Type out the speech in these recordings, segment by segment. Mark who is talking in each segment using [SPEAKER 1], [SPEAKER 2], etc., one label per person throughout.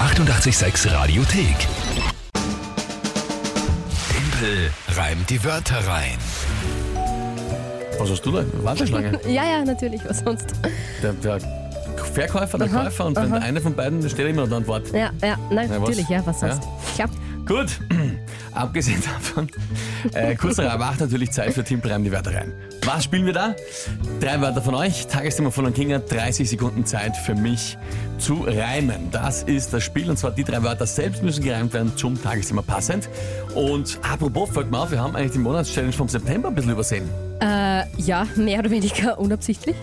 [SPEAKER 1] 886 Radiothek. Tempel reimt die Wörter rein.
[SPEAKER 2] Was hast du da? Warteschlange.
[SPEAKER 3] Ja, ja, natürlich, was sonst.
[SPEAKER 2] Der, der Verkäufer, der Käufer und wenn einer von beiden, stelle ich mir dann Wort.
[SPEAKER 3] Ja, ja, nein,
[SPEAKER 2] was?
[SPEAKER 3] natürlich, ja, was sonst. Klar.
[SPEAKER 2] Gut, abgesehen davon, äh, kurzer Rabach natürlich Zeit für Tim Reim die Wörter rein. Was spielen wir da? Drei Wörter von euch, Tagesthema von Kinger, 30 Sekunden Zeit für mich zu reimen. Das ist das Spiel und zwar die drei Wörter selbst müssen gereimt werden zum Tagesthema passend. Und apropos, fällt mir auf, wir haben eigentlich die Monatschallenge vom September ein bisschen übersehen.
[SPEAKER 3] Äh, ja, mehr oder weniger unabsichtlich.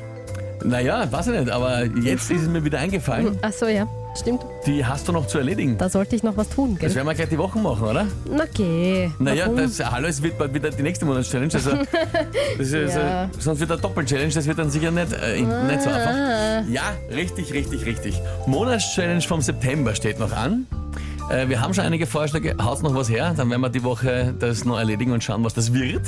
[SPEAKER 2] Naja, weiß ich nicht, aber jetzt ist es mir wieder eingefallen.
[SPEAKER 3] Ach so, ja, stimmt.
[SPEAKER 2] Die hast du noch zu erledigen.
[SPEAKER 3] Da sollte ich noch was tun,
[SPEAKER 2] Das
[SPEAKER 3] gell?
[SPEAKER 2] werden wir gleich die Woche machen, oder?
[SPEAKER 3] Na, geh.
[SPEAKER 2] Naja,
[SPEAKER 3] Warum?
[SPEAKER 2] das, hallo, es wird bald wieder die nächste Monatschallenge. Also, das ist,
[SPEAKER 3] Ja.
[SPEAKER 2] äh, sonst wird eine Doppelchallenge, das wird dann sicher nicht, äh, nicht so einfach. Ja, richtig, richtig, richtig. Monatschallenge vom September steht noch an. Äh, Wir haben schon einige Vorschläge, haut noch was her, dann werden wir die Woche das noch erledigen und schauen, was das wird.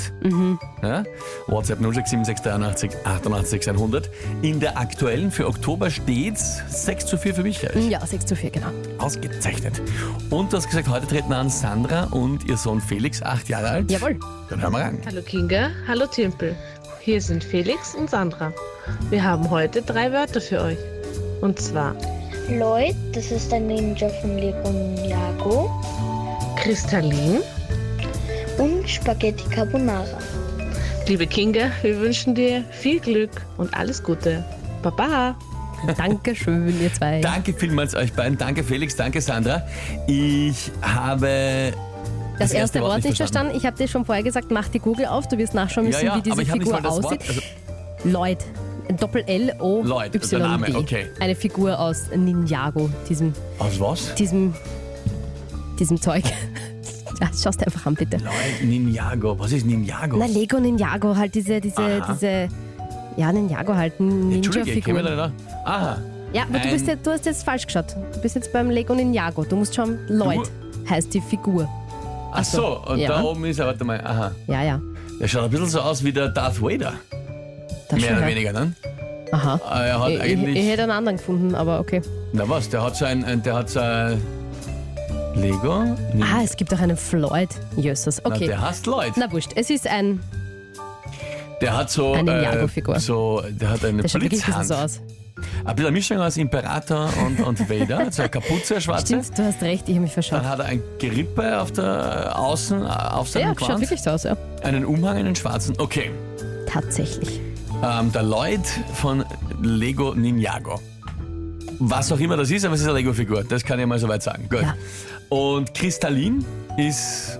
[SPEAKER 2] Ja? WhatsApp 0676 88 100. In der aktuellen für Oktober steht 6 zu 4 für mich.
[SPEAKER 3] Ja, 6 zu 4, genau.
[SPEAKER 2] Ausgezeichnet. Und du hast gesagt, heute treten an Sandra und ihr Sohn Felix, acht Jahre alt.
[SPEAKER 3] Jawohl.
[SPEAKER 2] Dann hören wir ran.
[SPEAKER 4] Hallo Kinga, hallo Timpel. Hier sind Felix und Sandra. Wir haben heute drei Wörter für euch. Und zwar
[SPEAKER 5] Lloyd, das ist der Ninja von Lego Jago
[SPEAKER 4] kristallin.
[SPEAKER 5] und Spaghetti Carbonara.
[SPEAKER 4] Liebe Kinga, wir wünschen dir viel Glück und alles Gute. Baba!
[SPEAKER 3] Dankeschön, ihr zwei.
[SPEAKER 2] Danke vielmals euch beiden. Danke Felix, danke Sandra. Ich habe
[SPEAKER 3] das, erste Wort nicht verstanden. Ich habe dir schon vorher gesagt, mach die Google auf, du wirst nachschauen müssen,
[SPEAKER 2] Ja, ja,
[SPEAKER 3] wie diese
[SPEAKER 2] aber ich habe nicht mal
[SPEAKER 3] Figur
[SPEAKER 2] das Wort.
[SPEAKER 3] aussieht.
[SPEAKER 2] Also,
[SPEAKER 3] Lloyd. Doppel-L-O-Y.
[SPEAKER 2] Lloyd, der Name, okay.
[SPEAKER 3] Eine Figur aus Ninjago, diesem,
[SPEAKER 2] Also, aus was?
[SPEAKER 3] diesem, diesem Zeug. Ja, schaust dir einfach an, bitte.
[SPEAKER 2] Leute, Ninjago. Was ist Ninjago?
[SPEAKER 3] Na, Lego Ninjago, halt diese, diese,
[SPEAKER 2] Aha.
[SPEAKER 3] diese, ja, Ninjago halt,
[SPEAKER 2] Entschuldige, ich kenne mich
[SPEAKER 3] Ninja-Figur.
[SPEAKER 2] da nicht aus. Aha.
[SPEAKER 3] Ja, aber du,
[SPEAKER 2] Ein-
[SPEAKER 3] bist ja, du hast jetzt falsch geschaut. Du bist jetzt beim Lego Ninjago. Du musst schauen, Lloyd heißt die Figur.
[SPEAKER 2] Ach so, und
[SPEAKER 3] ja.
[SPEAKER 2] da oben ist er, warte mal, aha.
[SPEAKER 3] Ja, ja.
[SPEAKER 2] Der schaut ein bisschen so aus wie der Darth Vader.
[SPEAKER 3] Das
[SPEAKER 2] Mehr
[SPEAKER 3] schon,
[SPEAKER 2] oder
[SPEAKER 3] ja.
[SPEAKER 2] weniger, ne?
[SPEAKER 3] Aha.
[SPEAKER 2] Aber Er hat
[SPEAKER 3] Ich, ich,
[SPEAKER 2] eigentlich.
[SPEAKER 3] ich hätte einen anderen gefunden, aber okay.
[SPEAKER 2] na was, der hat so ein. ein- Der hat so ein Lego? Nin-
[SPEAKER 3] Ah, es gibt auch einen Floyd. Jösses.
[SPEAKER 2] Na,
[SPEAKER 3] Okay.
[SPEAKER 2] der heißt Lloyd.
[SPEAKER 3] Na wurscht, es ist ein.
[SPEAKER 2] Der hat so.
[SPEAKER 3] Eine
[SPEAKER 2] äh,
[SPEAKER 3] Ninjago-Figur.
[SPEAKER 2] so der hat eine
[SPEAKER 3] Der schaut wirklich ein bisschen
[SPEAKER 2] Blitzhand.
[SPEAKER 3] so aus.
[SPEAKER 2] Ein bisschen eine Mischung aus Imperator und, und Vader, so eine Kapuze, eine schwarze.
[SPEAKER 3] Stimmt, du hast recht, ich habe mich
[SPEAKER 2] Dann
[SPEAKER 3] verschaut.
[SPEAKER 2] hat er ein Gerippe auf der äh, Außen, äh, auf seinem
[SPEAKER 3] Ja, schaut
[SPEAKER 2] Schwanz,
[SPEAKER 3] wirklich so aus, ja.
[SPEAKER 2] einen Umhang, einen schwarzen. Okay,
[SPEAKER 3] Tatsächlich.
[SPEAKER 2] ähm, der Lloyd von Lego Ninjago. Was auch immer das ist, aber es ist eine Lego-Figur, das kann ich mal soweit sagen. Gut.
[SPEAKER 3] Ja.
[SPEAKER 2] Und Kristallin ist,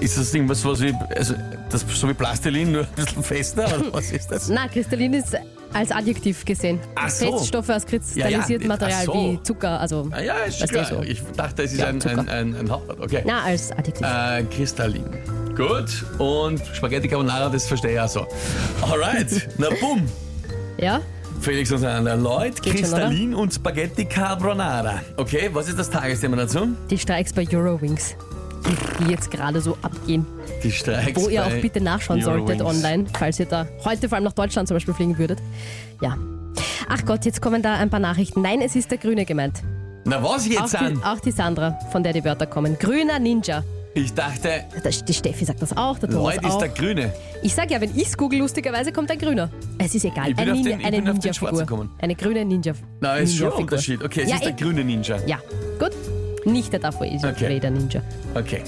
[SPEAKER 2] ist das irgendwas, was wie, also das, so wie Plastilin, nur ein bisschen fester, oder was ist das?
[SPEAKER 3] Na, Kristallin ist als Adjektiv gesehen.
[SPEAKER 2] Ach so.
[SPEAKER 3] Feststoffe aus
[SPEAKER 2] Ja, ja,
[SPEAKER 3] kristallisiertem Material
[SPEAKER 2] ach so.
[SPEAKER 3] wie Zucker, also.
[SPEAKER 2] Ah, ja, ist
[SPEAKER 3] Weißt du,
[SPEAKER 2] klar.
[SPEAKER 3] so.
[SPEAKER 2] Ich dachte, es ist
[SPEAKER 3] Ja,
[SPEAKER 2] ein,
[SPEAKER 3] Zucker.
[SPEAKER 2] ein, ein, ein Hauptwort. Okay.
[SPEAKER 3] Na, als Adjektiv.
[SPEAKER 2] Äh, Kristallin. Gut, und Spaghetti Carbonara, das verstehe ich auch so. Alright, na bumm. Äh.
[SPEAKER 3] Ja?
[SPEAKER 2] Felix und Sandra, Lloyd,
[SPEAKER 3] Geht schon, oder?
[SPEAKER 2] Kristallin und Spaghetti Carbonara. Okay, was ist das Tagesthema dazu?
[SPEAKER 3] Die Streiks bei Eurowings, die jetzt gerade so abgehen.
[SPEAKER 2] Die Streiks.
[SPEAKER 3] Wo ihr
[SPEAKER 2] bei
[SPEAKER 3] auch bitte nachschauen solltet
[SPEAKER 2] Eurowings.
[SPEAKER 3] online, falls ihr da heute vor allem nach Deutschland zum Beispiel fliegen würdet. Ja. Ach Gott, jetzt kommen da ein paar Nachrichten. Nein, es ist der Grüne gemeint.
[SPEAKER 2] Na, was
[SPEAKER 3] Auch
[SPEAKER 2] jetzt
[SPEAKER 3] die,
[SPEAKER 2] an?
[SPEAKER 3] auch die Sandra, von der die Wörter kommen. Grüner Ninja.
[SPEAKER 2] Ich dachte,
[SPEAKER 3] Das, die Steffi sagt das auch, der Thomas
[SPEAKER 2] Lloyd ist
[SPEAKER 3] auch.
[SPEAKER 2] der Grüne.
[SPEAKER 3] Ich sag ja, wenn ich google, lustigerweise kommt ein Grüner. Es ist egal.
[SPEAKER 2] Ich bin
[SPEAKER 3] ein
[SPEAKER 2] auf
[SPEAKER 3] Ninja,
[SPEAKER 2] den- ich
[SPEAKER 3] eine
[SPEAKER 2] bin auf den Schwarzen
[SPEAKER 3] Ninja-Figur.
[SPEAKER 2] gekommen.
[SPEAKER 3] Eine grüne Ninja.
[SPEAKER 2] Na, ist schon ein
[SPEAKER 3] Ninja-Figur.
[SPEAKER 2] Unterschied. Okay, es
[SPEAKER 3] Ja,
[SPEAKER 2] ist der
[SPEAKER 3] eh.
[SPEAKER 2] grüne Ninja.
[SPEAKER 3] Ja, gut. Nicht der davor ist
[SPEAKER 2] Okay.
[SPEAKER 3] okay. der Ninja.
[SPEAKER 2] Okay.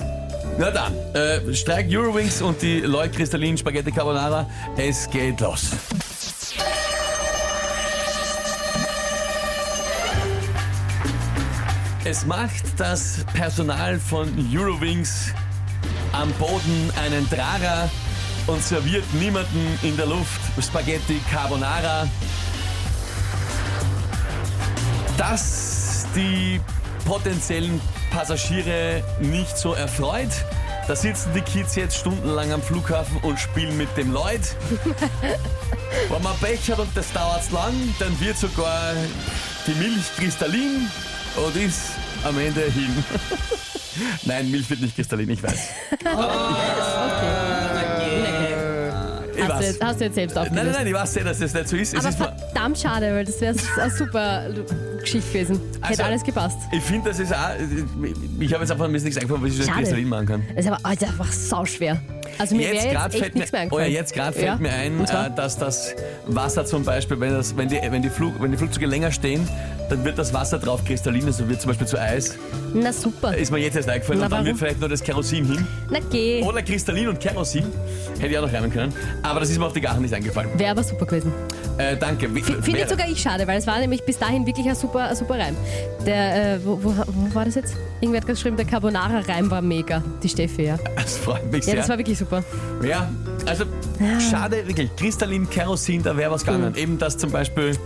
[SPEAKER 2] Na dann, äh, Streik Eurowings und die Lloyd Kristallin Spaghetti Carbonara. Es geht los. Es macht das Personal von Eurowings am Boden einen Drager und serviert niemanden in der Luft Spaghetti Carbonara. dass die potenziellen Passagiere nicht so erfreut. Da sitzen die Kids jetzt stundenlang am Flughafen und spielen mit dem Lloyd. Wenn man Pech hat und das dauert lang, dann wird sogar die Milch kristallin und ist am Ende hin. Nein, Milch wird nicht kristallin, ich weiß. Ich
[SPEAKER 3] Hast du,
[SPEAKER 2] weiß.
[SPEAKER 3] jetzt, hast du jetzt selbst
[SPEAKER 2] Nein, eh, nein,
[SPEAKER 3] aufgelöst.
[SPEAKER 2] nein, ich weiß sehr, dass das nicht so ist. Es
[SPEAKER 3] Also, Aber
[SPEAKER 2] ist nur,
[SPEAKER 3] verdammt schade, weil das wäre eine super Geschichte schick gewesen. Hätte
[SPEAKER 2] Also-
[SPEAKER 3] alles gepasst.
[SPEAKER 2] Ich finde, das ist auch. Ich habe jetzt einfach mir ist nichts eingefallen, was ich statt
[SPEAKER 3] Schade.
[SPEAKER 2] Gläser machen kann.
[SPEAKER 3] Das ist aber also einfach sauschwer. Also mir
[SPEAKER 2] Jetzt
[SPEAKER 3] wäre
[SPEAKER 2] gerade
[SPEAKER 3] jetzt echt
[SPEAKER 2] fällt, mir,
[SPEAKER 3] nichts mehr
[SPEAKER 2] oh ja,
[SPEAKER 3] eingefallen.
[SPEAKER 2] jetzt grad fällt
[SPEAKER 3] Ja.
[SPEAKER 2] mir ein,
[SPEAKER 3] Und zwar?
[SPEAKER 2] äh, dass das Wasser zum Beispiel, wenn, das, wenn, die, wenn, die Flug, wenn die Flugzeuge länger stehen, dann wird das Wasser drauf kristalliner, so wird zum Beispiel zu Eis.
[SPEAKER 3] Na super.
[SPEAKER 2] Ist mir jetzt erst eingefallen
[SPEAKER 3] Na,
[SPEAKER 2] und dann
[SPEAKER 3] warum?
[SPEAKER 2] wird vielleicht nur das Kerosin hin.
[SPEAKER 3] Na geh.
[SPEAKER 2] Oder Kristallin und Kerosin. Hätte ich auch noch reimen können. Aber das ist mir auf die Gachen nicht eingefallen.
[SPEAKER 3] Wäre aber super gewesen.
[SPEAKER 2] Äh, danke. Wie-
[SPEAKER 3] Finde
[SPEAKER 2] Vera.
[SPEAKER 3] ich sogar ich schade, weil es war nämlich bis dahin wirklich ein super, ein super Reim. Der, äh, wo, wo, wo war das jetzt? Irgendwer hat geschrieben, der Carbonara-Reim war mega. Die Steffi, ja.
[SPEAKER 2] Das freut mich
[SPEAKER 3] Ja,
[SPEAKER 2] sehr.
[SPEAKER 3] das war wirklich super.
[SPEAKER 2] Ja, also schade, wirklich. Kristallin, Kerosin, da wäre was
[SPEAKER 3] Hm.
[SPEAKER 2] gegangen. Eben das zum Beispiel,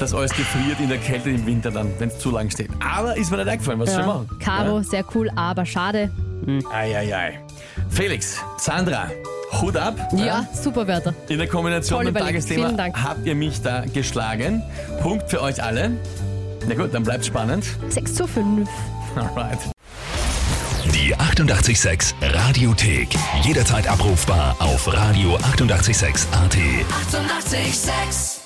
[SPEAKER 2] dass alles gefriert in der Kälte im Winter dann, wenn es zu lang steht. Aber ist mir nicht eingefallen, was soll ich machen?
[SPEAKER 3] Caro, sehr cool, aber schade.
[SPEAKER 2] Eieiei. Felix, Sandra, Hut ab.
[SPEAKER 3] Ja, super Wörter.
[SPEAKER 2] In der Kombination
[SPEAKER 3] Toll
[SPEAKER 2] mit dem
[SPEAKER 3] überlegt.
[SPEAKER 2] Tagesthema
[SPEAKER 3] Vielen Dank.
[SPEAKER 2] habt ihr mich da geschlagen. Punkt für euch alle. Na gut, dann bleibt spannend.
[SPEAKER 3] 6 zu 5.
[SPEAKER 2] Alright.
[SPEAKER 1] Die 886 Radiothek. Jederzeit abrufbar auf radio886.at. 886! 886.
[SPEAKER 6] 886